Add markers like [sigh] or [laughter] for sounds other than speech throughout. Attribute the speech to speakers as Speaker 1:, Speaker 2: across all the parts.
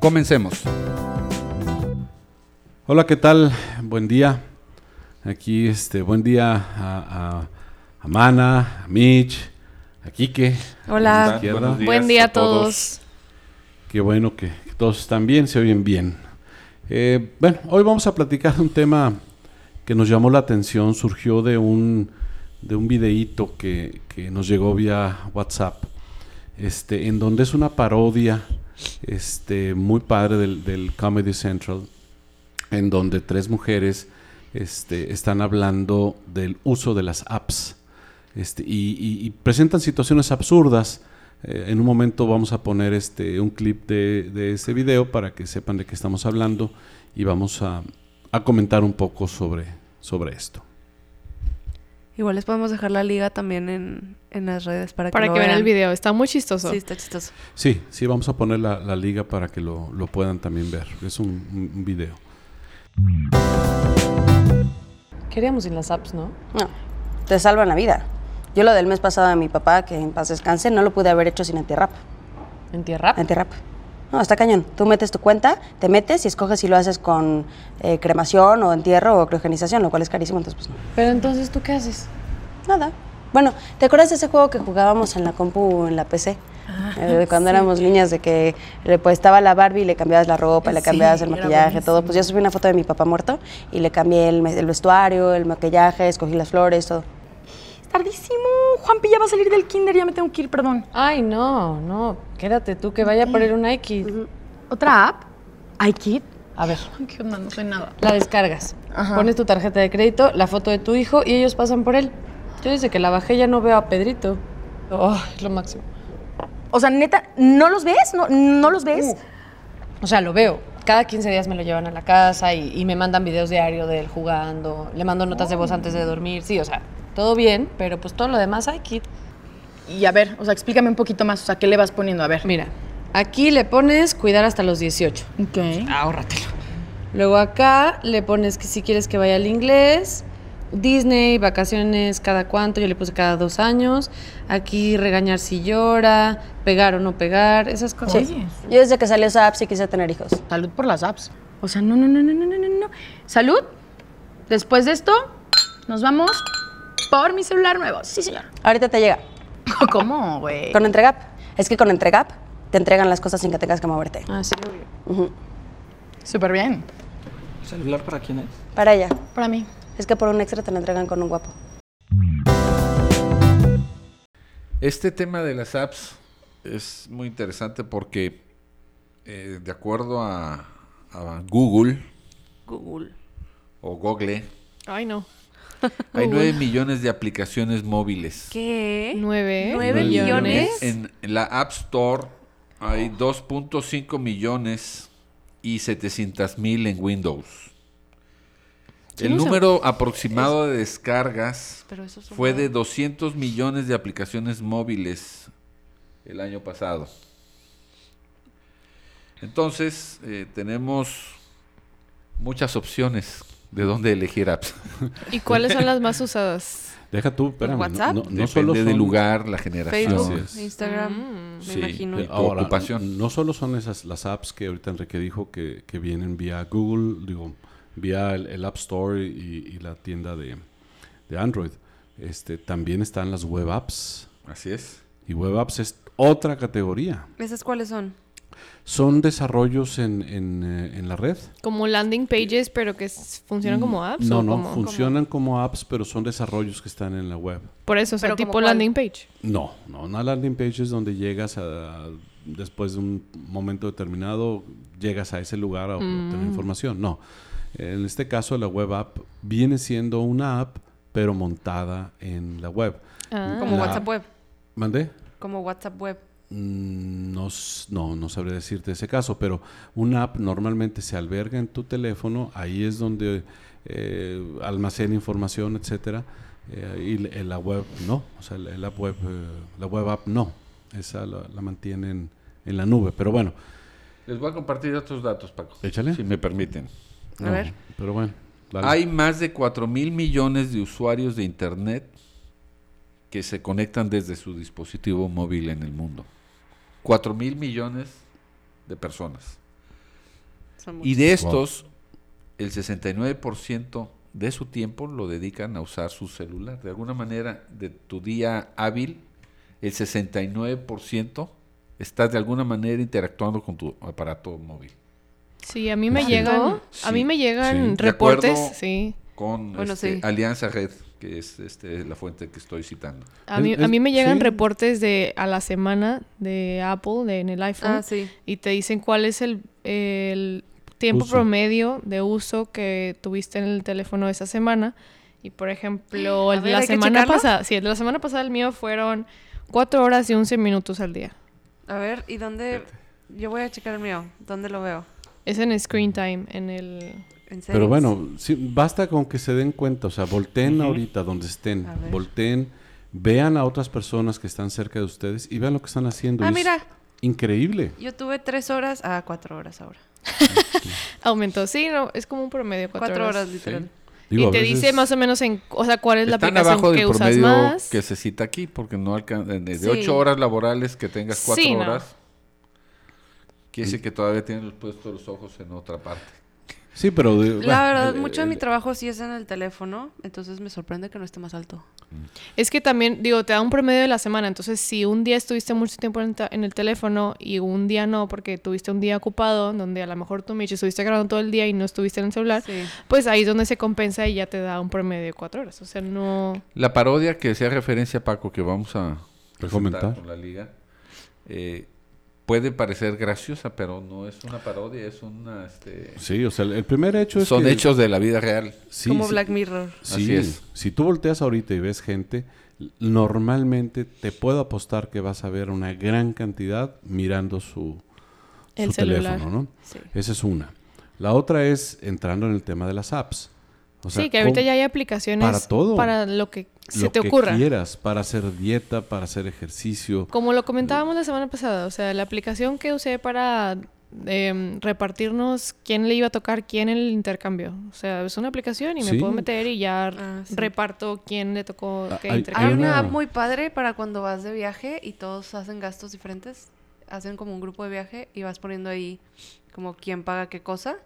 Speaker 1: Comencemos.
Speaker 2: Hola, ¿qué tal? Buen día. Aquí, este, buen día a, a- a Mana, a Mitch, a Quique.
Speaker 3: Hola.
Speaker 2: Izquierda.
Speaker 4: Buenos días
Speaker 5: Buen día a
Speaker 4: todos.
Speaker 5: todos.
Speaker 2: Qué bueno que que todos están bien, se oyen bien. Eh, bueno, hoy vamos a platicar de un tema que nos llamó la atención, surgió de un, de un videíto que, que nos llegó vía WhatsApp, este, en donde es una parodia este, muy padre del, del Comedy Central, en donde tres mujeres este, están hablando del uso de las apps este, y, y- y presentan situaciones absurdas. Eh, en un momento vamos a poner este, un clip de, de ese video para que sepan de qué estamos hablando y vamos a, a comentar un poco sobre, sobre esto.
Speaker 3: Igual les podemos dejar la liga también en, en las redes para que,
Speaker 5: Para
Speaker 3: lo
Speaker 5: que vean el video, está muy chistoso.
Speaker 3: Sí, está chistoso.
Speaker 2: Sí, sí, vamos a poner la, la liga para que lo, lo puedan también ver. Es un, un- un video.
Speaker 6: Queríamos sin las apps, ¿no?
Speaker 7: No, te salvan la vida. Yo lo del mes pasado de mi papá, que en paz descanse, no lo pude haber hecho sin antirrap.
Speaker 6: En tierra.
Speaker 7: Antirrap. No, está cañón. Tú metes tu cuenta, te metes y escoges si lo haces con eh, cremación o entierro o criogenización, lo cual es carísimo, entonces pues no.
Speaker 6: Pero entonces, ¿tú qué haces?
Speaker 7: Nada. Bueno, ¿te acuerdas de ese juego que jugábamos en la compu o en la PC?
Speaker 6: Ah,
Speaker 7: Eh, cuando éramos niñas de que le pues, estaba la Barbie y le cambiabas la ropa, le cambiabas el maquillaje, todo. Pues yo subí una foto de mi papá muerto y le cambié el, me- el vestuario, el maquillaje, escogí las flores, todo.
Speaker 8: Tardísimo. Juanpi ya va a salir del kinder, ya me tengo que ir, perdón.
Speaker 6: Ay, no, no. Quédate tú, que vaya a poner una X.
Speaker 8: ¿Otra app?
Speaker 6: ¿iKid? A ver,
Speaker 8: ¿Qué onda? No sé nada.
Speaker 6: la descargas.
Speaker 8: Ajá.
Speaker 6: Pones tu tarjeta de crédito, la foto de tu hijo y ellos pasan por él. Yo desde que la bajé ya no veo a Pedrito. Oh, es lo máximo.
Speaker 8: O sea, neta, ¿no los ves? ¿No, no los ves?
Speaker 6: O sea, lo veo. Cada 15 días me lo llevan a la casa y, y me mandan videos diario de él jugando. Le mando notas de voz antes de dormir. Sí, o sea, todo bien, pero pues todo lo demás hay kid.
Speaker 8: Y a ver, o sea, explícame un poquito más. O sea, ¿qué le vas poniendo? A ver.
Speaker 6: Mira, aquí le pones cuidar hasta los 18.
Speaker 8: Ok.
Speaker 6: Ahórratelo. Luego acá le pones que si quieres que vaya al inglés. Disney, vacaciones cada cuánto, yo le puse cada dos años. Aquí regañar si llora, pegar o no pegar, esas cosas.
Speaker 7: Yo desde que salió esa app sí quise tener hijos.
Speaker 8: Salud por las apps. O sea, no, no, no, no, no, no, no, no. Salud. Después de esto, nos vamos por mi celular nuevo. Sí, señor.
Speaker 7: Ahorita te llega.
Speaker 8: [laughs] ¿Cómo, güey?
Speaker 7: Con Entregap. Es que con Entregap te entregan las cosas sin que tengas que moverte.
Speaker 6: Ah, sí, obvio.
Speaker 8: Súper bien.
Speaker 4: ¿Celular para quién es?
Speaker 7: Para ella.
Speaker 8: Para mí.
Speaker 7: Es que por un extra te lo entregan con un guapo.
Speaker 1: Este tema de las apps es muy interesante porque, eh, de acuerdo a, a Google
Speaker 3: Google.
Speaker 1: o Google,
Speaker 5: Ay, no.
Speaker 1: hay 9 millones de aplicaciones móviles.
Speaker 3: ¿Qué?
Speaker 5: Nueve,
Speaker 3: ¿Eh? ¿Nueve millones?
Speaker 1: En, en la App Store hay 2.5 millones y 700 mil en Windows. El número aproximado de descargas
Speaker 3: Pero eso es un
Speaker 1: fue de 200 millones de aplicaciones móviles el año pasado. Entonces, eh, tenemos muchas opciones de dónde elegir apps.
Speaker 5: ¿Y cuáles son las más usadas?
Speaker 2: Deja tú, espérame. no-
Speaker 3: WhatsApp?
Speaker 2: No, no
Speaker 1: Depende
Speaker 2: solo
Speaker 1: del
Speaker 2: son-
Speaker 1: lugar, la generación.
Speaker 3: Facebook,
Speaker 2: Así es.
Speaker 3: Instagram, me
Speaker 1: Sí.
Speaker 3: imagino.
Speaker 1: Y tu
Speaker 2: Ahora,
Speaker 1: ocupación.
Speaker 2: No solo son esas las apps que ahorita Enrique dijo que, que vienen vía Google, digo, vía el, el App Store y, y la tienda de, de Android. Este, también están las web apps.
Speaker 1: Así es.
Speaker 2: Y web apps es otra categoría.
Speaker 3: ¿Esas cuáles son?
Speaker 2: Son desarrollos en, en, eh, en la red.
Speaker 5: Como landing pages, pero que s- funcionan
Speaker 1: Mm,
Speaker 5: como apps.
Speaker 2: No,
Speaker 5: o
Speaker 2: no,
Speaker 5: como-
Speaker 2: funcionan como apps, pero son desarrollos que están en la web.
Speaker 5: Por eso, o sea,
Speaker 8: Pero como
Speaker 5: tipo
Speaker 8: cuál.
Speaker 5: landing page.
Speaker 2: No, no, una landing page es donde llegas a, después de un momento determinado, llegas a ese lugar a obtener información. No, en este caso la web app viene siendo una app, pero montada en la web.
Speaker 5: Ah.
Speaker 3: Como
Speaker 2: La-
Speaker 3: WhatsApp Web.
Speaker 2: ¿Mandé?
Speaker 3: Como WhatsApp Web.
Speaker 2: Mm, No, s- no, no sabré decirte ese caso, pero una app normalmente se alberga en tu teléfono, ahí es donde eh, almacena información, etcétera, eh, y l- en la web no, o sea, la, la web, eh, la web app no, esa la, la mantienen en la nube, pero bueno,
Speaker 1: Les voy a compartir otros datos, Paco.
Speaker 2: Échale.
Speaker 1: Si me permiten.
Speaker 3: A
Speaker 2: no,
Speaker 3: ver.
Speaker 2: pero bueno, dale.
Speaker 1: Hay más de 4 mil millones de usuarios de Internet que se conectan desde su dispositivo móvil en el mundo. 4 mil millones de personas. Y de estos, el 69% de su tiempo lo dedican a usar su celular. De alguna manera, de tu día hábil, el 69% estás de alguna manera interactuando con tu aparato móvil.
Speaker 5: Sí, a mí me
Speaker 2: Sí.
Speaker 5: llegan, a
Speaker 1: Sí.
Speaker 5: mí me llegan
Speaker 2: Sí.
Speaker 1: De
Speaker 5: reportes,
Speaker 1: acuerdo.
Speaker 5: sí.
Speaker 1: Con
Speaker 3: Bueno,
Speaker 1: este,
Speaker 3: sí.
Speaker 1: Alianza Red, que es este, la fuente que estoy citando.
Speaker 5: A mí,
Speaker 2: Es-
Speaker 5: a mí me
Speaker 2: es-
Speaker 5: llegan
Speaker 2: sí.
Speaker 5: reportes de a la semana de Apple de, en el iPhone
Speaker 3: Ah, sí.
Speaker 5: y te dicen cuál es el, el tiempo
Speaker 2: Uso.
Speaker 5: promedio de uso que tuviste en el teléfono esa semana. Y por
Speaker 3: [gasps]
Speaker 5: ejemplo,
Speaker 3: A
Speaker 5: el de
Speaker 3: ver,
Speaker 5: la
Speaker 3: ¿hay que
Speaker 5: semana
Speaker 3: checarlo?
Speaker 5: pasada, sí, el de la semana pasada el mío fueron 4 horas y 11 minutos al día.
Speaker 3: A ver, ¿y dónde? Yo voy a checar el mío. ¿Dónde lo veo?
Speaker 5: Es en
Speaker 2: Mm.
Speaker 5: screen time, en el
Speaker 3: ¿En
Speaker 2: Pero
Speaker 3: settings?
Speaker 2: bueno, sí, basta con que se den cuenta, o sea, volteen ahorita donde estén,
Speaker 3: A ver.
Speaker 2: volteen, vean a otras personas que están cerca de ustedes y vean lo que están haciendo.
Speaker 3: Ah,
Speaker 2: y es
Speaker 3: mira.
Speaker 2: Increíble.
Speaker 3: Yo tuve tres horas a cuatro horas ahora.
Speaker 5: aumento. Sí, no, es como un promedio de
Speaker 3: Cuatro,
Speaker 5: 4 horas.
Speaker 3: horas, literal.
Speaker 2: Digo, a
Speaker 5: y te
Speaker 2: veces-
Speaker 5: dice más o menos en, o sea, cuál es la
Speaker 1: Están
Speaker 5: aplicación
Speaker 1: abajo del
Speaker 5: que usas
Speaker 1: promedio
Speaker 5: más.
Speaker 1: que se cita aquí, porque no alcanza. De
Speaker 3: Sí.
Speaker 1: 8 horas laborales que tengas 4
Speaker 5: Sí, no.
Speaker 1: horas, quiere decir que todavía tienes los- puestos los ojos en otra parte.
Speaker 2: Sí, pero... de-
Speaker 3: La
Speaker 2: bueno, eh,
Speaker 3: verdad,
Speaker 2: el-
Speaker 3: mucho de
Speaker 2: el-
Speaker 3: mi trabajo sí es en el teléfono, entonces me sorprende que no esté más alto.
Speaker 5: Es que también, digo, te da un promedio de la semana. Entonces, si un día estuviste mucho tiempo en, ta- en el teléfono y un día no, porque tuviste un día ocupado, donde a lo mejor tú, Michi, estuviste grabando todo el día y no estuviste en el celular,
Speaker 3: Sí.
Speaker 5: pues ahí es donde se compensa y ya te da un promedio de cuatro horas. O sea, no...
Speaker 1: La parodia que hacía referencia Paco, que vamos a
Speaker 2: Recomendar.
Speaker 1: presentar con la liga, eh, puede parecer graciosa, pero no es una parodia, es una. este,
Speaker 2: Sí, o sea, el- el primer hecho es
Speaker 1: son
Speaker 2: que-
Speaker 1: hechos de la vida real.
Speaker 2: Sí,
Speaker 3: Como
Speaker 2: sí,
Speaker 3: Black Mirror.
Speaker 2: sí,
Speaker 1: Así es.
Speaker 2: Si tú volteas ahorita y ves gente, l- normalmente te puedo apostar que vas a ver una gran cantidad mirando su,
Speaker 5: El
Speaker 2: su
Speaker 5: celular.
Speaker 2: teléfono, ¿no?
Speaker 3: Sí.
Speaker 2: Esa es una. La otra es entrando en el tema de las apps. O sea,
Speaker 5: sí, que ahorita
Speaker 2: ¿cómo-
Speaker 5: ya hay aplicaciones
Speaker 2: para todo.
Speaker 5: para lo que se
Speaker 2: lo
Speaker 5: te
Speaker 2: que
Speaker 5: ocurra.
Speaker 2: quieras para hacer dieta, para hacer ejercicio.
Speaker 5: Como lo comentábamos la semana pasada, o sea, la aplicación que usé para em, repartirnos quién le iba a tocar quién en el intercambio. O sea, es una aplicación y me
Speaker 2: Sí.
Speaker 5: puedo meter y ya
Speaker 3: Ah, sí.
Speaker 5: reparto quién le tocó
Speaker 2: Ah,
Speaker 5: qué
Speaker 2: hay-
Speaker 5: intercambio.
Speaker 3: Hay una
Speaker 2: una-
Speaker 3: app muy padre para cuando vas de viaje y todos hacen gastos diferentes. Hacen como un grupo de viaje y vas poniendo ahí como quién paga qué cosa.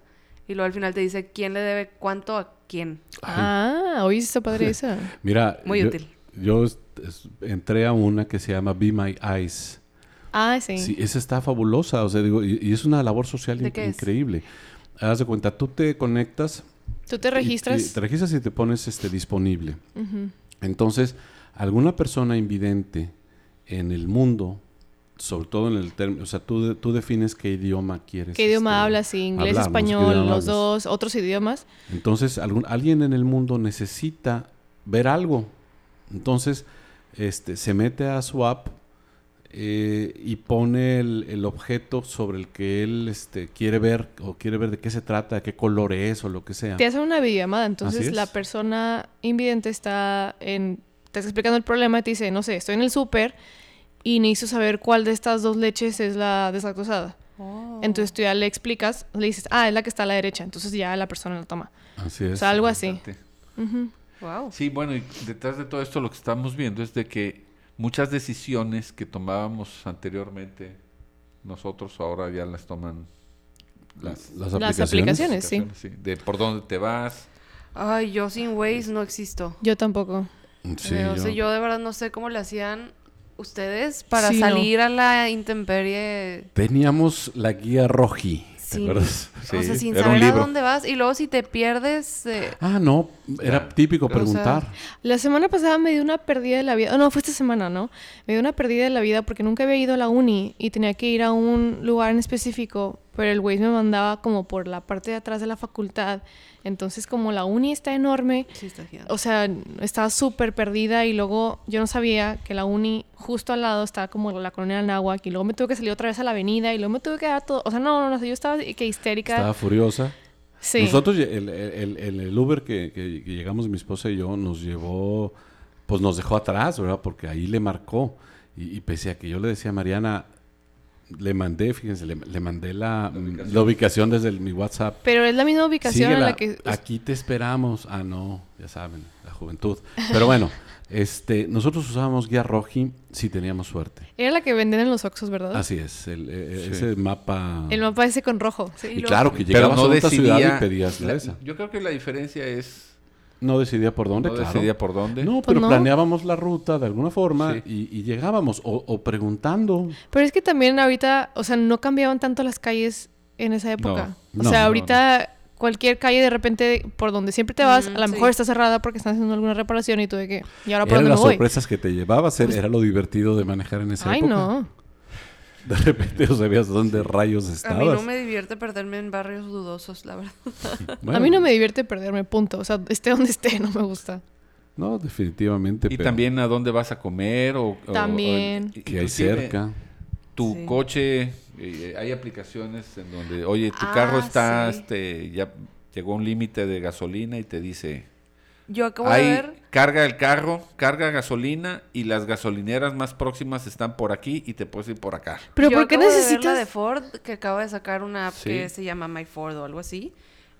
Speaker 3: Y luego al final te dice quién le debe cuánto a quién.
Speaker 5: Ah, hoy está padre esa.
Speaker 2: Mira,
Speaker 3: Muy
Speaker 2: yo,
Speaker 3: útil.
Speaker 2: yo es- es- entré a una que se llama Be My Eyes.
Speaker 5: Ah, sí.
Speaker 2: Sí, esa está fabulosa, o sea, digo, y, y es una labor social
Speaker 3: ¿De
Speaker 2: in-
Speaker 3: qué es?
Speaker 2: increíble. Haz de cuenta, tú te conectas
Speaker 5: Tú te
Speaker 2: y- y
Speaker 5: registras.
Speaker 2: te registras y te pones este disponible. Entonces, alguna persona invidente en el mundo, sobre todo en el término, o sea, tú, de- tú defines qué idioma quieres.
Speaker 5: ¿Qué idioma
Speaker 2: este,
Speaker 5: hablas? Sí,
Speaker 2: hablar, ¿no?
Speaker 5: inglés,
Speaker 2: ¿Qué
Speaker 5: español,
Speaker 2: idioma
Speaker 5: los
Speaker 2: hablas?
Speaker 5: dos, otros idiomas.
Speaker 2: Entonces, algún, alguien en el mundo necesita ver algo. Entonces, este, se mete a su app eh, y pone el, el objeto sobre el que él este, quiere ver o quiere ver de qué se trata, qué color es o lo que sea.
Speaker 5: Te hacen una videollamada, entonces
Speaker 2: es.
Speaker 5: la persona invidente está en... Te está explicando el problema y te dice, no sé, estoy en el súper y necesito saber cuál de estas dos leches es la deslactosada. Entonces tú ya le explicas, le dices, ah, es la que está a la derecha, entonces ya la persona lo toma.
Speaker 2: Así es.
Speaker 5: O sea, algo así.
Speaker 3: Wow.
Speaker 1: Sí, bueno, y detrás de todo esto lo que estamos viendo es de que muchas decisiones que tomábamos anteriormente, nosotros ahora ya las toman las,
Speaker 2: Las
Speaker 5: Las
Speaker 2: aplicaciones.
Speaker 5: aplicaciones, sí.
Speaker 1: aplicaciones, sí, De por dónde te vas.
Speaker 3: Ay, yo sin Waze no existo.
Speaker 5: Yo tampoco.
Speaker 2: Mm, Sí,
Speaker 3: Eh, o sea,
Speaker 2: yo-
Speaker 3: yo de verdad no sé cómo le hacían ustedes para
Speaker 5: Sí, no.
Speaker 3: salir a la intemperie.
Speaker 2: Teníamos la guía roji, ¿te
Speaker 3: Sin,
Speaker 2: acuerdas?
Speaker 3: o sea,
Speaker 1: Sí,
Speaker 3: sin
Speaker 1: era un
Speaker 3: saber a
Speaker 1: libro.
Speaker 3: dónde vas. Y luego si te pierdes... eh,
Speaker 2: Ah, no, era típico
Speaker 3: O sea,
Speaker 2: preguntar.
Speaker 5: La semana pasada me dio una pérdida de la vida. oh, no, fue esta semana, ¿no? Me dio una pérdida de la vida porque nunca había ido a la uni y tenía que ir a un lugar en específico pero el Waze me mandaba como por la parte de atrás de la facultad. Entonces, como la uni está enorme,
Speaker 3: Sí, está gigante.
Speaker 5: o sea, estaba súper perdida y luego yo no sabía que la uni justo al lado estaba como la colonia Anáhuac y luego me tuve que salir otra vez a la avenida y luego me tuve que dar todo, o sea, no, no, no, yo estaba de que histérica.
Speaker 2: Estaba furiosa.
Speaker 5: sí.
Speaker 2: Nosotros, lle- el, el- el- el Uber que, que- que llegamos, mi esposa y yo, nos llevó, pues nos dejó atrás, ¿verdad? Porque ahí le marcó. Y, y pese a que yo le decía a Mariana, le mandé, fíjense, le, le mandé la, la ubicación. desde el- mi WhatsApp.
Speaker 5: Pero es la misma ubicación en
Speaker 2: Síguela,
Speaker 5: la que
Speaker 2: Aquí te esperamos. Ah, no, ya saben, la juventud. Pero
Speaker 5: [laughs]
Speaker 2: bueno, este, nosotros usábamos guía roji si teníamos suerte.
Speaker 5: era la que venden en los Oxxos, ¿verdad?
Speaker 2: Así es, el, eh,
Speaker 1: Sí.
Speaker 2: ese mapa.
Speaker 5: El mapa ese con rojo.
Speaker 3: Sí,
Speaker 2: Y
Speaker 3: luego-
Speaker 2: claro que
Speaker 1: Pero
Speaker 2: llegabas
Speaker 1: no
Speaker 2: a otra ciudad
Speaker 1: decidía.
Speaker 2: y pedías la
Speaker 1: la-
Speaker 2: esa.
Speaker 1: yo creo que la diferencia es.
Speaker 2: No decidía por dónde,
Speaker 1: No
Speaker 2: claro.
Speaker 1: decidía por dónde.
Speaker 2: No, pero
Speaker 5: no.
Speaker 2: planeábamos la ruta de alguna forma
Speaker 1: Sí.
Speaker 2: y, y llegábamos o, o preguntando.
Speaker 5: Pero es que también ahorita, o sea, no cambiaban tanto las calles en esa época.
Speaker 2: No,
Speaker 5: o
Speaker 2: no,
Speaker 5: sea,
Speaker 2: no,
Speaker 5: ahorita cualquier calle de repente por donde siempre te vas,
Speaker 3: Mm,
Speaker 5: a lo
Speaker 3: sí.
Speaker 5: mejor está cerrada porque están haciendo alguna reparación y tú de que, ¿y ahora por
Speaker 2: Eran
Speaker 5: dónde me
Speaker 2: las
Speaker 5: voy? Pues
Speaker 2: sorpresas que te llevabas, era, era lo divertido de manejar en esa
Speaker 5: Ay,
Speaker 2: época.
Speaker 5: no.
Speaker 2: [laughs] De repente no sabías dónde rayos
Speaker 3: A
Speaker 2: estabas.
Speaker 3: mí no me divierte perderme en barrios dudosos, la verdad. [laughs]
Speaker 2: Bueno,
Speaker 5: A mí no me divierte perderme, punto. O sea, esté donde esté, [laughs] no me gusta.
Speaker 2: No, definitivamente.
Speaker 1: Y
Speaker 2: pero
Speaker 1: también a dónde vas a comer o... o- o-
Speaker 5: También.
Speaker 2: Que hay
Speaker 1: inclusive
Speaker 2: cerca.
Speaker 1: Tu
Speaker 3: Sí.
Speaker 1: coche, eh, hay aplicaciones en donde, oye, tu
Speaker 3: Ah,
Speaker 1: carro está,
Speaker 3: sí.
Speaker 1: este, ya llegó a un límite de gasolina y te dice,
Speaker 3: Yo acabo de
Speaker 1: ahí
Speaker 3: ver.
Speaker 1: carga el carro, carga gasolina y las gasolineras más próximas están por aquí y te puedes ir por acá.
Speaker 5: Pero
Speaker 3: yo
Speaker 5: ¿por qué
Speaker 3: acabo de ver la
Speaker 5: necesitas...?
Speaker 3: de Ford que acaba de sacar una app
Speaker 1: Sí.
Speaker 3: que se llama My Ford o algo así.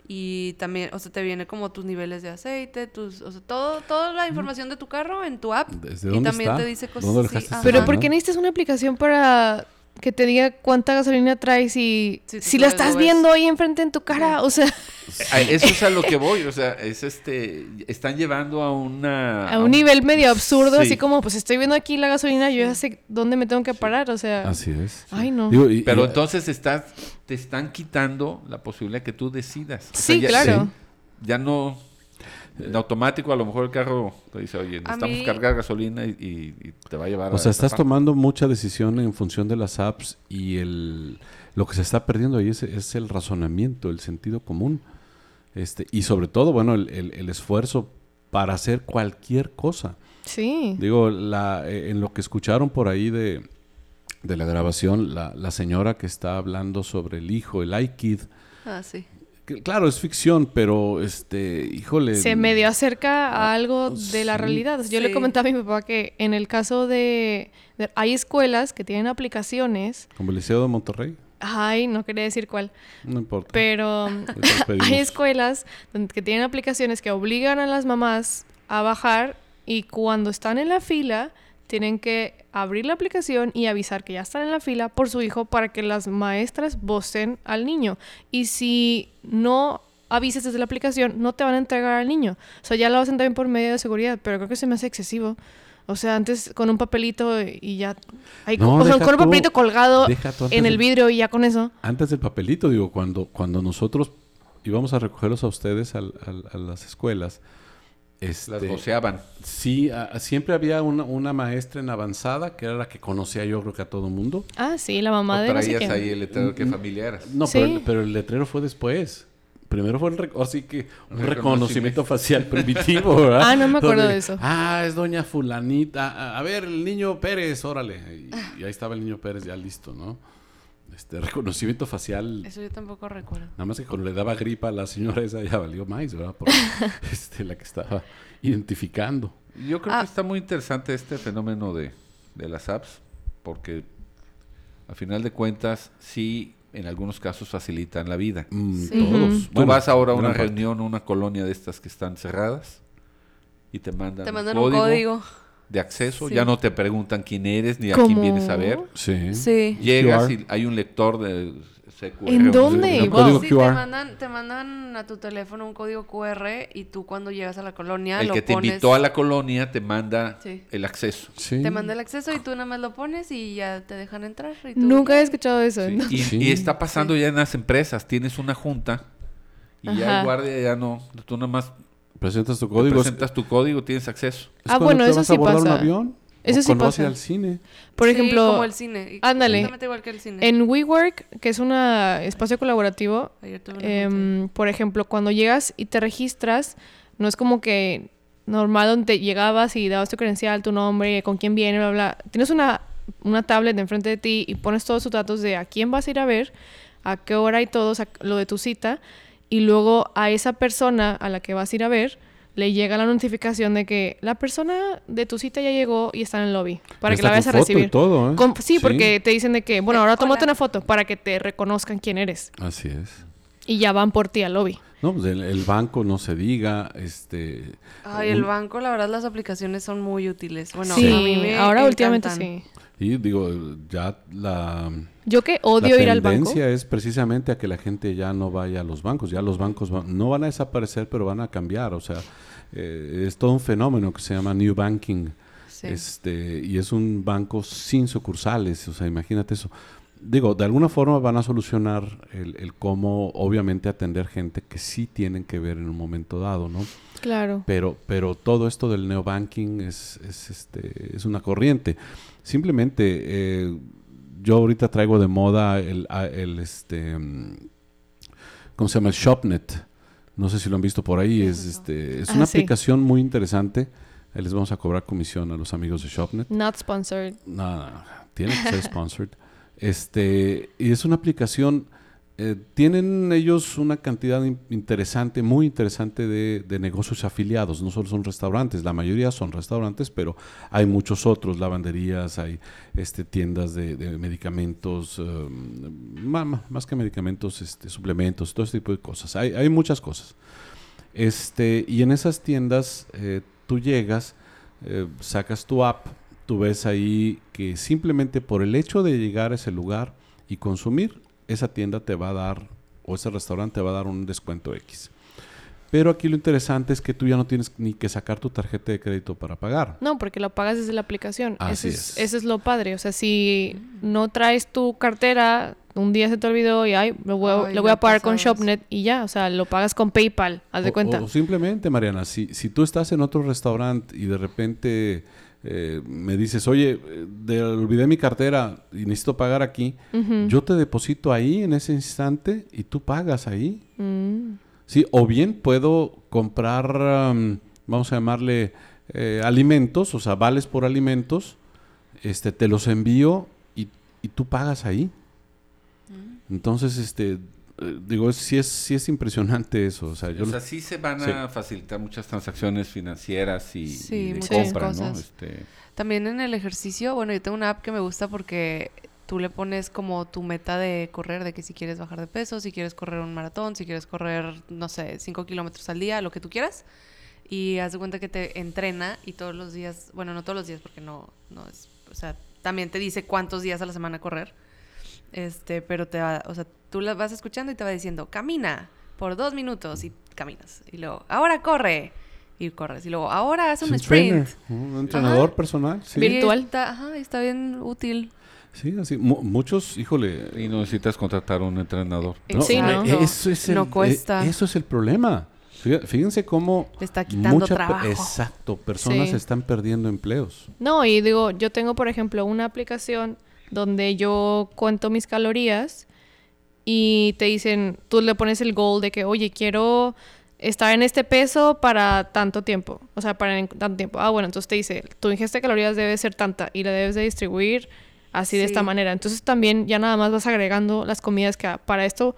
Speaker 3: Y también, o sea, te viene como tus niveles de aceite, tus, o sea, todo, toda la información de tu carro en tu app.
Speaker 2: ¿Desde
Speaker 3: y
Speaker 2: dónde
Speaker 3: también
Speaker 2: está?
Speaker 3: te dice cosas
Speaker 2: ¿Dónde lo
Speaker 3: así.
Speaker 2: dejaste
Speaker 3: ajá.
Speaker 5: Pero
Speaker 2: Ajá.
Speaker 5: ¿por qué necesitas una aplicación para que te diga cuánta gasolina traes y
Speaker 3: Sí, tú
Speaker 5: si la
Speaker 3: lo- lo
Speaker 5: estás
Speaker 3: ves.
Speaker 5: viendo ahí enfrente en tu cara? O sea,
Speaker 1: A- Ah, Eso es a lo que voy, o sea, es este, están llevando a una...
Speaker 2: Ah,
Speaker 5: a un nivel medio absurdo,
Speaker 1: Sí.
Speaker 5: así como, pues estoy viendo aquí la gasolina, yo ya sé dónde me tengo que parar, o sea...
Speaker 2: Así es.
Speaker 5: Ay, no.
Speaker 2: Digo, y-
Speaker 1: Pero
Speaker 2: y-
Speaker 1: entonces estás, te están quitando la posibilidad que tú decidas. O
Speaker 5: Sí,
Speaker 1: ya-
Speaker 5: claro.
Speaker 1: Ya no. En automático, a lo mejor el carro te dice, oye, necesitamos
Speaker 3: mí-
Speaker 1: cargar gasolina y, y- y te va a llevar
Speaker 2: O
Speaker 1: a
Speaker 2: sea, estás
Speaker 1: tapar".
Speaker 2: tomando mucha decisión en función de las apps y el, lo que se está perdiendo ahí es, es el razonamiento, el sentido común. Este, y sobre todo, bueno, el, el- el esfuerzo para hacer cualquier cosa.
Speaker 5: Sí.
Speaker 2: Digo, la, eh, en lo que escucharon por ahí de, de la grabación, la, la señora que está hablando sobre el hijo, el iKid,
Speaker 3: Ah, sí.
Speaker 2: que claro, es ficción, pero este, híjole.
Speaker 5: Se medio acerca a algo de la
Speaker 2: ah, oh, sí.
Speaker 5: realidad. Yo le
Speaker 3: Sí.
Speaker 5: comentaba a mi papá que en el caso de, de- Hay escuelas que tienen aplicaciones.
Speaker 2: Como el Liceo de Monterrey,
Speaker 5: Ay, no quería decir cuál.
Speaker 2: no importa. [laughs]
Speaker 5: Pero
Speaker 2: Ahorita
Speaker 5: [laughs]
Speaker 2: lo pedimos.
Speaker 5: hay escuelas donde- que tienen aplicaciones que obligan a las mamás a bajar y cuando están en la fila tienen que abrir la aplicación y avisar que ya están en la fila por su hijo para que las maestras vocen al niño. Y si no avisas desde la aplicación, no te van a entregar al niño. O sea, ya lo hacen también por medio de seguridad, pero creo que se me hace excesivo. O sea, antes con un papelito y ya... Hay,
Speaker 2: No,
Speaker 5: o sea,
Speaker 2: deja
Speaker 5: con un
Speaker 2: tú-
Speaker 5: papelito colgado
Speaker 2: deja tú antes
Speaker 5: en el
Speaker 2: de-
Speaker 5: vidrio y ya con eso.
Speaker 2: Antes del papelito, digo, cuando, cuando nosotros íbamos a recogerlos a ustedes al- al- a las escuelas,
Speaker 1: Las
Speaker 2: este,
Speaker 1: voceaban.
Speaker 2: sí, a- a- siempre había una, una maestra en avanzada, que era la que conocía yo creo que a todo mundo.
Speaker 5: Ah, sí, la mamá
Speaker 1: O
Speaker 5: de no sé
Speaker 1: traías
Speaker 5: quién.
Speaker 1: ahí el letrero que familia eras.
Speaker 2: No, pero,
Speaker 5: Sí.
Speaker 2: el- pero el letrero fue después. Primero fue el rec- así que un
Speaker 1: Reconocimiento.
Speaker 2: reconocimiento facial primitivo, ¿verdad?
Speaker 5: Ah, no me acuerdo
Speaker 2: Donde,
Speaker 5: de eso.
Speaker 2: Ah, es doña fulanita. A, a ver, el niño Pérez, órale. Y, y ahí estaba el niño Pérez ya listo, ¿no? Este reconocimiento facial
Speaker 3: Eso yo tampoco recuerdo.
Speaker 2: Nada más que cuando le daba gripa a la señora esa ya valió más, ¿verdad? Por este, la que estaba identificando.
Speaker 1: Yo creo
Speaker 3: Ah.
Speaker 1: que está muy interesante este fenómeno de, de las apps, porque a final de cuentas, sí, en algunos casos facilitan la vida.
Speaker 2: Mm,
Speaker 3: Sí.
Speaker 2: Todos.
Speaker 1: Tú vas ahora a una
Speaker 2: gran parte.
Speaker 1: reunión, una colonia de estas que están cerradas y te mandan,
Speaker 3: Te mandan un código.
Speaker 1: de acceso,
Speaker 3: Sí.
Speaker 1: ya no te preguntan quién eres ni a
Speaker 5: ¿Cómo?
Speaker 1: quién vienes a ver.
Speaker 2: Sí.
Speaker 3: Sí.
Speaker 1: Llegas
Speaker 2: QR.
Speaker 1: y hay un lector de CQR.
Speaker 5: ¿En
Speaker 1: no sé
Speaker 5: dónde?
Speaker 1: qué.
Speaker 2: Un
Speaker 5: Wow.
Speaker 2: código
Speaker 3: Sí, te
Speaker 2: QR.
Speaker 3: mandan, te mandan a tu teléfono un código QR y tú cuando llegas a la colonia
Speaker 1: El
Speaker 3: lo
Speaker 1: que te
Speaker 3: pones.
Speaker 1: invitó a la colonia te manda
Speaker 3: Sí.
Speaker 1: el acceso.
Speaker 2: Sí.
Speaker 3: Te manda el acceso y tú nada más lo pones y ya te dejan entrar. y tú-
Speaker 5: Nunca he escuchado eso.
Speaker 1: Sí.
Speaker 5: ¿no?
Speaker 1: Y,
Speaker 2: Sí.
Speaker 1: y está pasando ya en las empresas. Tienes una junta y ya
Speaker 5: Ajá.
Speaker 1: el guardia ya no. Tú nada más
Speaker 2: Presentas tu código.
Speaker 1: presentas tu código, tienes acceso.
Speaker 5: Ah, bueno, eso sí
Speaker 2: ¿Vas a abordar
Speaker 5: pasa.
Speaker 2: un avión?
Speaker 5: Eso
Speaker 2: O
Speaker 5: sí
Speaker 2: cuando vas
Speaker 5: pasa.
Speaker 2: a ir al cine.
Speaker 5: Por
Speaker 3: Sí,
Speaker 5: ejemplo,
Speaker 3: como el cine.
Speaker 5: ándale.
Speaker 3: Exactamente igual que el cine.
Speaker 5: en WeWork, que es un ah, espacio colaborativo,
Speaker 3: Ayer tuve una junta.
Speaker 5: em, por ejemplo, cuando llegas y te registras, no es como que normal donde llegabas y dabas tu credencial, tu nombre, con quién viene, bla, bla. Tienes una, una tablet enfrente de ti y pones todos tus datos de a quién vas a ir a ver, a qué hora y todo, o sea, lo de tu cita. Y luego a esa persona a la que vas a ir a ver, le llega la notificación de que la persona de tu cita ya llegó y está en el lobby. Para que
Speaker 2: Está
Speaker 5: la vayas a
Speaker 2: con foto y
Speaker 5: recibir.
Speaker 2: todo, ¿eh?
Speaker 5: Con- sí,
Speaker 2: Sí.
Speaker 5: porque te dicen de que, bueno, ahora tómate
Speaker 3: Hola.
Speaker 5: una foto para que te reconozcan quién eres.
Speaker 2: Así es.
Speaker 5: Y ya van por ti al lobby.
Speaker 2: No, pues el, el banco no se diga, este...
Speaker 3: Ay, el
Speaker 2: un-
Speaker 3: banco, la verdad, las aplicaciones son muy útiles. Bueno,
Speaker 5: sí,
Speaker 3: a mí me
Speaker 5: ahora últimamente
Speaker 3: encantan.
Speaker 5: sí.
Speaker 2: Y digo, ya la...
Speaker 5: Yo que
Speaker 2: La
Speaker 5: odio ir al banco.
Speaker 2: tendencia es precisamente a que la gente ya no vaya a los bancos. Ya los bancos va- no van a desaparecer, pero van a cambiar. O sea, eh, es todo un fenómeno que se llama New Banking.
Speaker 3: Sí.
Speaker 2: Este, y es un banco sin sucursales. O sea, imagínate eso. Digo, de alguna forma van a solucionar el, el cómo, obviamente, atender gente que sí tienen que ver en un momento dado, ¿no?
Speaker 5: Claro.
Speaker 2: Pero, pero todo esto del neobanking es, es, este, es una corriente. Simplemente, eh, yo ahorita traigo de moda el, a- el, este, mm, ¿cómo se llama? El ShopNet. No sé si lo han visto por ahí. Es, este, es
Speaker 5: Ah,
Speaker 2: una
Speaker 5: sí.
Speaker 2: aplicación muy interesante. Ahí les vamos a cobrar comisión a los amigos de ShopNet.
Speaker 5: Not sponsored.
Speaker 2: No, no, no, tiene que ser sponsored. Este, y es una aplicación. eh, tienen ellos una cantidad in- interesante, muy interesante de, de negocios afiliados. No solo son restaurantes, la mayoría son restaurantes, pero hay muchos otros, lavanderías, hay este, tiendas de, de medicamentos, em, ma- ma- más que medicamentos, este, suplementos, todo este tipo de cosas. Hay, hay muchas cosas. Este, y en esas tiendas eh, tú llegas, eh, sacas tu app, tú ves ahí que simplemente por el hecho de llegar a ese lugar y consumir, esa tienda te va a dar, o ese restaurante te va a dar un descuento X. Pero aquí lo interesante es que tú ya no tienes ni que sacar tu tarjeta de crédito para pagar.
Speaker 5: No, porque lo pagas desde la aplicación.
Speaker 2: Así
Speaker 5: eso es,
Speaker 2: es.
Speaker 5: Eso es lo padre. O sea, si no traes tu cartera, un día se te olvidó y ay, lo voy a,
Speaker 3: Ay,
Speaker 5: lo
Speaker 3: me
Speaker 5: voy
Speaker 3: ha
Speaker 5: a pagar con
Speaker 3: pasado eso.
Speaker 5: ShopNet y ya. O sea, lo pagas con PayPal. Haz de
Speaker 2: O-
Speaker 5: cuenta.
Speaker 2: O, simplemente, Mariana, si, si tú estás en otro restaurante y de repente eh, me dices, oye, eh, de- olvidé mi cartera y necesito pagar aquí, yo te deposito ahí en ese instante y tú pagas ahí.
Speaker 5: Mm.
Speaker 2: Sí, o bien puedo comprar, am, vamos a llamarle, eh, alimentos, o sea, vales por alimentos, este, te los envío y, y tú pagas ahí.
Speaker 5: Mm.
Speaker 2: Entonces, este, eh, digo, es- sí es, sí es impresionante eso. O sea, yo
Speaker 1: O
Speaker 2: lo-
Speaker 1: sea, sí se van
Speaker 2: Sí.
Speaker 1: a facilitar muchas transacciones financieras y,
Speaker 3: Sí,
Speaker 1: y de
Speaker 3: muchas
Speaker 1: compra, ¿no?
Speaker 3: cosas.
Speaker 1: Este,
Speaker 3: También en el ejercicio, bueno, yo tengo una app que me gusta porque tú le pones como tu meta de correr, de que si quieres bajar de peso, si quieres correr un maratón, si quieres correr, no sé, 5 kilómetros al día, lo que tú quieras. Y haz de cuenta que te entrena y todos los días, bueno, no todos los días porque no, no es, o sea, también te dice cuántos días a la semana correr. Este, pero te va, o sea, tú la vas escuchando y te va diciendo, camina por dos minutos y caminas. Y luego, ahora corre. Y corres. Y luego, ahora haz
Speaker 2: es
Speaker 3: un,
Speaker 2: un
Speaker 3: sprint.
Speaker 2: trainer, un entrenador
Speaker 3: Ajá.
Speaker 2: personal. Sí,
Speaker 3: Y
Speaker 5: Vir- virtual.
Speaker 3: Está, ajá, está bien útil.
Speaker 2: sí así. mu- muchos, híjole,
Speaker 1: y no necesitas contratar un entrenador.
Speaker 5: No, Sí,
Speaker 2: eh,
Speaker 5: ¿no?
Speaker 2: Eso es el,
Speaker 3: No
Speaker 2: eh,
Speaker 3: cuesta.
Speaker 2: eso es el problema. Fíjense, fíjense cómo
Speaker 3: Le está quitando
Speaker 2: mucha per-
Speaker 3: trabajo.
Speaker 2: exacto, personas
Speaker 5: Sí.
Speaker 2: están perdiendo empleos.
Speaker 5: No, y digo, yo tengo, por ejemplo, una aplicación donde yo cuento mis calorías y te dicen, tú le pones el goal de que, oye, quiero estar en este peso para tanto tiempo. O sea, para en tanto tiempo. Ah, bueno, entonces te dice, tu ingesta de calorías debe ser tanta y la debes de distribuir así de esta
Speaker 3: Sí.
Speaker 5: manera. Entonces también ya nada más vas agregando las comidas que ah, para esto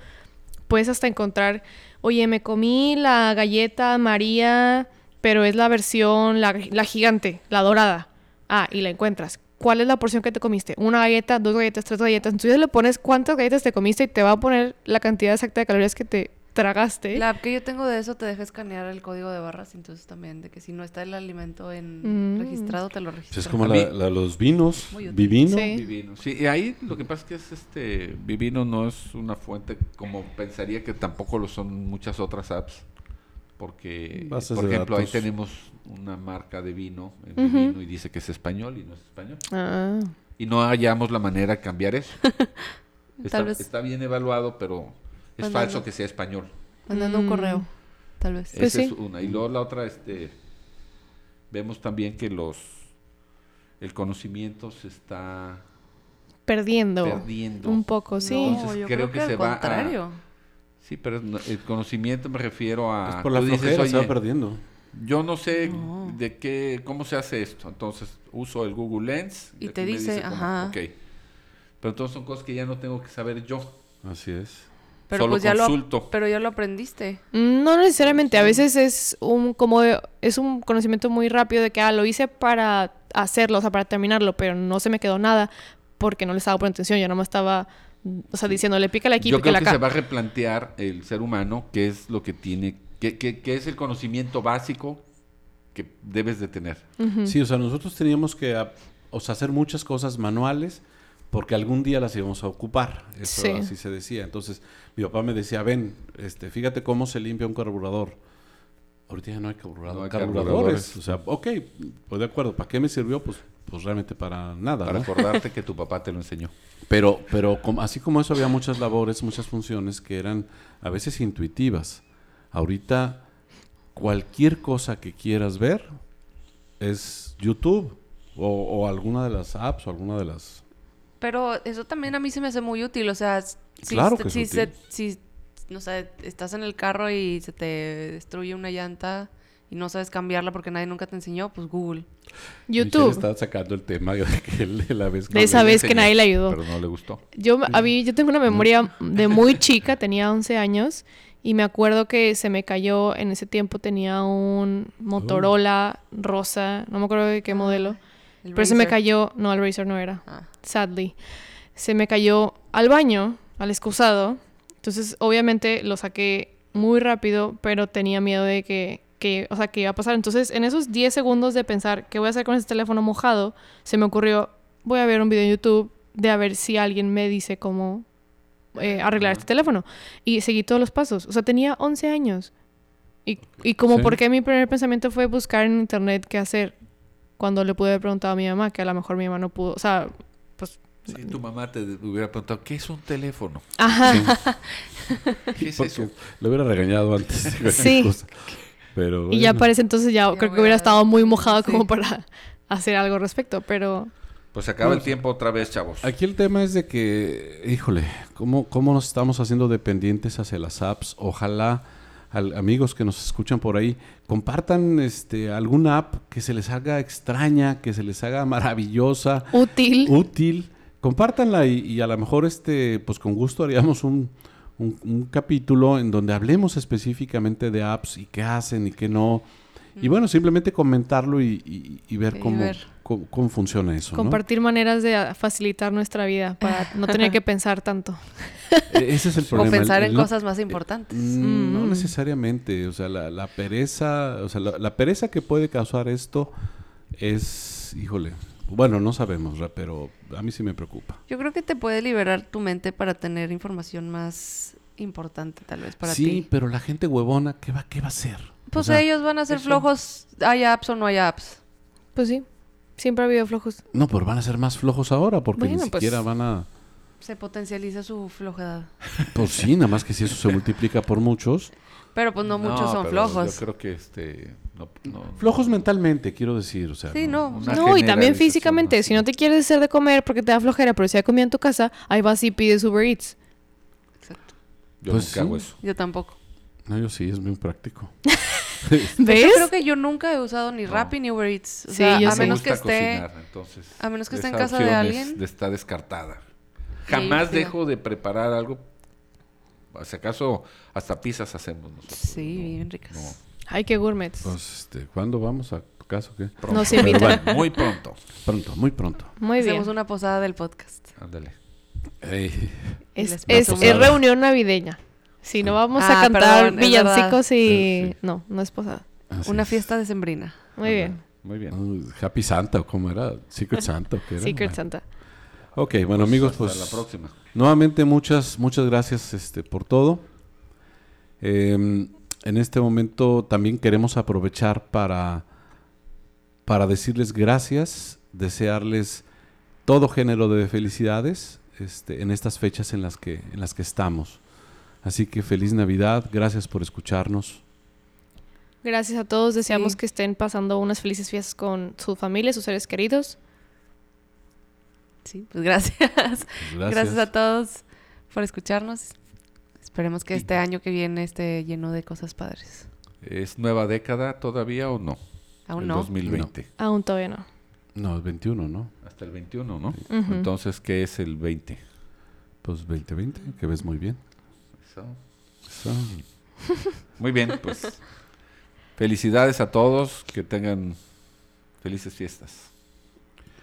Speaker 5: puedes hasta encontrar, oye, me comí la galleta María, pero es la versión, la, la gigante, la dorada. Ah, y la encuentras. ¿Cuál es la porción que te comiste? Una galleta, dos galletas, tres galletas. Entonces le pones cuántas galletas te comiste y te va a poner la cantidad exacta de calorías que te tragaste.
Speaker 3: La app que yo tengo de eso te deja escanear el código de barras, entonces también, de que si no está el alimento en
Speaker 5: Mm.
Speaker 3: registrado, te lo
Speaker 2: Pues
Speaker 3: registra.
Speaker 2: es como
Speaker 1: A
Speaker 2: la,
Speaker 1: mí-
Speaker 2: la- los vinos,
Speaker 3: Muy útil.
Speaker 2: vivino.
Speaker 5: Sí.
Speaker 1: Vivino. Sí, y ahí lo que pasa es que es este Vivino no es una fuente como pensaría que tampoco lo son muchas otras apps. Porque,
Speaker 2: Bases
Speaker 1: por
Speaker 2: de
Speaker 1: ejemplo, ahí
Speaker 2: datos.
Speaker 1: tenemos una marca de vino, en
Speaker 5: Ujú.
Speaker 1: Vivino, y dice que es español y no es español.
Speaker 5: Ah.
Speaker 1: Y no hallamos la manera de cambiar eso.
Speaker 5: [laughs]
Speaker 1: está,
Speaker 3: vez-
Speaker 1: está bien evaluado, pero es
Speaker 3: Pues no,
Speaker 1: falso
Speaker 3: no.
Speaker 1: que sea español.
Speaker 3: Mandando un
Speaker 5: Mm.
Speaker 3: correo, tal vez.
Speaker 5: Pues
Speaker 1: Esa es
Speaker 5: sí.
Speaker 1: una. Y luego la otra, este, vemos también que los el conocimiento se está
Speaker 5: Perdiendo.
Speaker 1: perdiendo.
Speaker 5: Un poco, sí.
Speaker 1: No. Entonces,
Speaker 3: yo
Speaker 1: creo
Speaker 3: creo
Speaker 1: que
Speaker 3: que al
Speaker 1: se va a-
Speaker 3: contrario.
Speaker 1: Sí, pero no- el conocimiento me refiero a...
Speaker 2: Es por la
Speaker 1: Ah, tú dices,
Speaker 2: flojera se va
Speaker 1: "Oye,
Speaker 2: perdiendo.
Speaker 1: yo no sé de qué, cómo se hace esto. Entonces uso el Google Lens.
Speaker 3: Y
Speaker 1: aquí
Speaker 3: te
Speaker 1: me
Speaker 3: dice,
Speaker 1: cómo.
Speaker 3: ajá.
Speaker 1: Ok. Pero entonces son cosas que ya no tengo que saber yo.
Speaker 2: Así es.
Speaker 3: Pero
Speaker 1: Solo
Speaker 3: pues ya
Speaker 1: consulto.
Speaker 3: lo pero ya lo aprendiste.
Speaker 5: Mm, No necesariamente, a veces es un como es un conocimiento muy rápido de que ah, lo hice para hacerlo, o sea, para terminarlo, pero no se me quedó nada porque no le estaba poniendo atención, yo nomás estaba o sea, diciéndole pícale aquí,
Speaker 1: yo creo
Speaker 5: pícale
Speaker 1: que
Speaker 5: acá.
Speaker 1: se va a replantear el ser humano qué es lo que tiene, qué, qué- qué es el conocimiento básico que debes de tener.
Speaker 2: Sí, o sea, nosotros teníamos que a- o sea, hacer muchas cosas manuales porque algún día las íbamos a ocupar. Eso
Speaker 5: Sí.
Speaker 2: así se decía. Entonces, mi papá me decía, ven, este, fíjate cómo se limpia un carburador. Ahorita ya no hay, carburado-
Speaker 1: No hay
Speaker 2: carburadores.
Speaker 1: carburadores.
Speaker 2: O sea, ok, pues de acuerdo. ¿Para qué me sirvió? Pues, pues realmente para nada.
Speaker 1: Para
Speaker 2: ¿no?
Speaker 1: acordarte que tu papá te lo enseñó.
Speaker 2: Pero, pero com- así como eso había muchas labores, muchas funciones que eran a veces intuitivas. Ahorita cualquier cosa que quieras ver es YouTube o, o alguna de las apps o alguna de las...
Speaker 3: Pero eso también a mí se me hace muy útil. O sea, s- si,
Speaker 2: Claro
Speaker 3: se-
Speaker 2: que es
Speaker 3: si,
Speaker 2: útil.
Speaker 3: se- si, no sé, estás en el carro y se te destruye una llanta y no sabes cambiarla porque nadie nunca te enseñó, pues Google.
Speaker 2: Michelle
Speaker 5: YouTube.
Speaker 2: está sacando el tema de que le- la vez
Speaker 5: De esa
Speaker 2: hablé.
Speaker 5: vez que nadie le ayudó.
Speaker 1: Pero no le gustó.
Speaker 5: Yo, a mí, yo tengo una memoria de muy chica, tenía 11 años, y me acuerdo que se me cayó, en ese tiempo tenía
Speaker 1: Oh.
Speaker 5: un Motorola rosa, no me acuerdo de qué
Speaker 1: Ah,
Speaker 5: modelo,
Speaker 3: El
Speaker 5: pero se me
Speaker 3: Razer.
Speaker 5: cayó, no, el Razer no era,
Speaker 3: Ah.
Speaker 5: sadly, se me cayó al baño, al excusado, entonces obviamente lo saqué muy rápido, pero tenía miedo de que, que, o sea, que iba a pasar, entonces en esos 10 segundos de pensar qué voy a hacer con este teléfono mojado, se me ocurrió, voy a ver un video en YouTube de a ver si alguien me dice cómo eh, arreglar este teléfono. Y seguí todos los pasos. O sea, tenía 11 años. Y, y como
Speaker 2: Sí.
Speaker 5: porque mi primer pensamiento fue buscar en internet qué hacer cuando le pude haber preguntado a mi mamá, que a lo mejor mi mamá no pudo, o sea, pues,
Speaker 1: Si tu mamá te hubiera preguntado, ¿qué es un [laughs] teléfono?
Speaker 5: [laughs]
Speaker 1: ¿Qué es
Speaker 2: Porque
Speaker 1: eso?
Speaker 2: lo hubiera regañado antes. de cualquier
Speaker 5: Sí.
Speaker 2: cosa. Pero
Speaker 5: y ya
Speaker 2: bueno,
Speaker 5: parece entonces ya,
Speaker 3: Ya
Speaker 5: creo que
Speaker 3: voy a-
Speaker 5: hubiera estado muy mojado
Speaker 3: sí.
Speaker 5: como para [laughs] hacer algo al respecto, pero
Speaker 1: Pues acaba el tiempo otra vez, chavos.
Speaker 2: Aquí el tema es de que, híjole, ¿cómo, cómo nos estamos haciendo dependientes hacia las apps? Ojalá, al- amigos que nos escuchan por ahí, compartan este, alguna app que se les haga extraña, que se les haga maravillosa,
Speaker 5: útil.
Speaker 2: útil. Compártanla y, y a lo mejor, este, pues con gusto haríamos un, un- un capítulo en donde hablemos específicamente de apps y qué hacen y qué no. Y bueno, simplemente comentarlo y, y- y ver,
Speaker 3: Y
Speaker 2: cómo,
Speaker 3: ver.
Speaker 2: Cómo, cómo funciona eso. ¿no?
Speaker 5: Compartir maneras de ah, facilitar nuestra vida para no tener
Speaker 3: [laughs]
Speaker 5: que pensar tanto.
Speaker 2: E- Ese es el
Speaker 3: O
Speaker 2: problema.
Speaker 3: pensar
Speaker 2: el-
Speaker 3: en
Speaker 2: el no-
Speaker 3: cosas más importantes.
Speaker 2: Mm, No
Speaker 5: Mm.
Speaker 2: necesariamente, o sea, la, la pereza, o sea, la, la pereza que puede causar esto es, híjole, bueno, no sabemos, ra- pero a mí sí me preocupa.
Speaker 3: Yo creo que te puede liberar tu mente para tener información más importante, tal vez, para
Speaker 2: sí,
Speaker 3: ti.
Speaker 2: pero la gente huevona, ¿qué va, qué va a hacer? O
Speaker 3: Pues
Speaker 2: sea,
Speaker 3: ellos van a ser flojos, hay apps o no hay apps.
Speaker 5: Pues sí, siempre ha habido flojos.
Speaker 2: No, pero van a ser más flojos ahora porque ni
Speaker 5: Bueno, pues-
Speaker 2: siquiera van a...
Speaker 3: Se potencializa su flojedad.
Speaker 2: Pues sí, nada más que si eso se multiplica por muchos.
Speaker 3: Pero pues no, muchos son
Speaker 1: pero
Speaker 3: flojos.
Speaker 1: Yo creo que este. No, no-
Speaker 2: Flojos mentalmente, quiero decir, o sea...
Speaker 3: Sí, no.
Speaker 2: Ah,
Speaker 1: Una
Speaker 5: No, y también
Speaker 1: generalización
Speaker 5: físicamente.
Speaker 1: así.
Speaker 5: Si no te quieres hacer de comer porque te da flojera, pero si hay comida en tu casa, ahí vas y pides
Speaker 3: [laughs]
Speaker 5: Uber Eats.
Speaker 3: Exacto.
Speaker 1: Yo
Speaker 2: Pues
Speaker 1: nunca
Speaker 2: sí.
Speaker 1: hago eso.
Speaker 3: Yo tampoco.
Speaker 2: No, yo sí, es muy práctico.
Speaker 3: Yo
Speaker 5: ¿Ves?
Speaker 3: creo que yo nunca he usado ni Rappi ni Uber Eats. O
Speaker 5: Sí,
Speaker 3: sea,
Speaker 5: yo
Speaker 3: a
Speaker 5: sí.
Speaker 3: menos
Speaker 1: Me
Speaker 3: que
Speaker 1: gusta
Speaker 3: esté.
Speaker 1: cocinar, entonces,
Speaker 3: a menos que esté en
Speaker 1: esa
Speaker 3: casa de
Speaker 1: opción
Speaker 3: alguien.
Speaker 1: es- está descartada.
Speaker 3: Sí,
Speaker 1: Jamás
Speaker 3: sí.
Speaker 1: dejo de preparar algo. Si acaso, hasta pizzas hacemos nosotros.
Speaker 3: Sí, bien ricas.
Speaker 5: Ay, qué gourmets.
Speaker 2: Pues, este, ¿cuándo vamos a tu casa o qué?
Speaker 5: Nos
Speaker 2: Pero
Speaker 5: invitan.
Speaker 2: bueno,
Speaker 1: Muy pronto.
Speaker 2: pronto, muy pronto.
Speaker 5: Muy bien.
Speaker 3: Hacemos una posada del podcast.
Speaker 1: Ándale.
Speaker 2: Ey.
Speaker 5: Es,
Speaker 3: Les
Speaker 5: es-
Speaker 3: paso
Speaker 5: es
Speaker 3: un-
Speaker 5: reunión navideña. Si no vamos a
Speaker 3: Ah,
Speaker 5: cantar
Speaker 3: perdón, es verdad.
Speaker 5: villancicos y...
Speaker 2: Sí, sí.
Speaker 5: No, no es posada.
Speaker 2: Así
Speaker 3: Una
Speaker 2: es.
Speaker 3: fiesta decembrina.
Speaker 5: Muy bien.
Speaker 1: Muy bien.
Speaker 2: Uh, Happy Santa, ¿o ¿cómo era? Secret Santa, ¿o ¿qué era?
Speaker 5: Secret
Speaker 2: Bueno.
Speaker 5: Santa.
Speaker 2: Ok, bueno amigos,
Speaker 1: Hasta
Speaker 2: pues
Speaker 1: la próxima.
Speaker 2: nuevamente muchas, muchas gracias este, por todo. Eh, en este momento también queremos aprovechar para, para decirles gracias, desearles todo género de felicidades este, en estas fechas en las, que, en las que estamos. Así que feliz Navidad, gracias por escucharnos.
Speaker 5: Gracias a todos. Deseamos
Speaker 3: Sí.
Speaker 5: que estén pasando unas felices fiestas con su familia, sus seres queridos.
Speaker 3: Sí, pues gracias.
Speaker 2: Gracias.
Speaker 3: Gracias, a todos por escucharnos. Esperemos que este año que viene esté lleno de cosas padres.
Speaker 1: ¿Es nueva década todavía o no?
Speaker 3: Aún
Speaker 1: el
Speaker 3: no.
Speaker 1: 2020.
Speaker 5: Aún todavía no.
Speaker 2: No, es 21, ¿no?
Speaker 1: Hasta el 21, ¿no?
Speaker 5: Ujú.
Speaker 1: Entonces, ¿qué es el 20?
Speaker 2: Pues 2020, que ves muy bien. Eso.
Speaker 1: Muy bien, pues felicidades a todos, que tengan felices fiestas.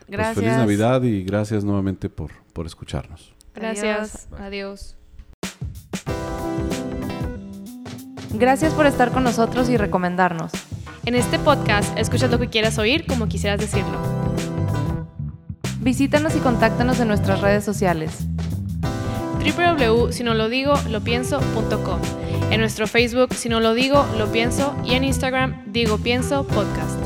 Speaker 3: Gracias.
Speaker 2: Pues feliz Navidad y gracias nuevamente por, por escucharnos.
Speaker 5: Gracias.
Speaker 1: Bye.
Speaker 5: Adiós.
Speaker 9: Gracias por estar con nosotros y recomendarnos.
Speaker 5: En este podcast, escucha lo que quieras oír como quisieras decirlo.
Speaker 9: Visítanos y contáctanos en nuestras redes sociales.
Speaker 5: www.sinolodigolopienso.com. En nuestro Facebook, Si No Lo Digo, Lo Pienso y en Instagram, Digo Pienso Podcast.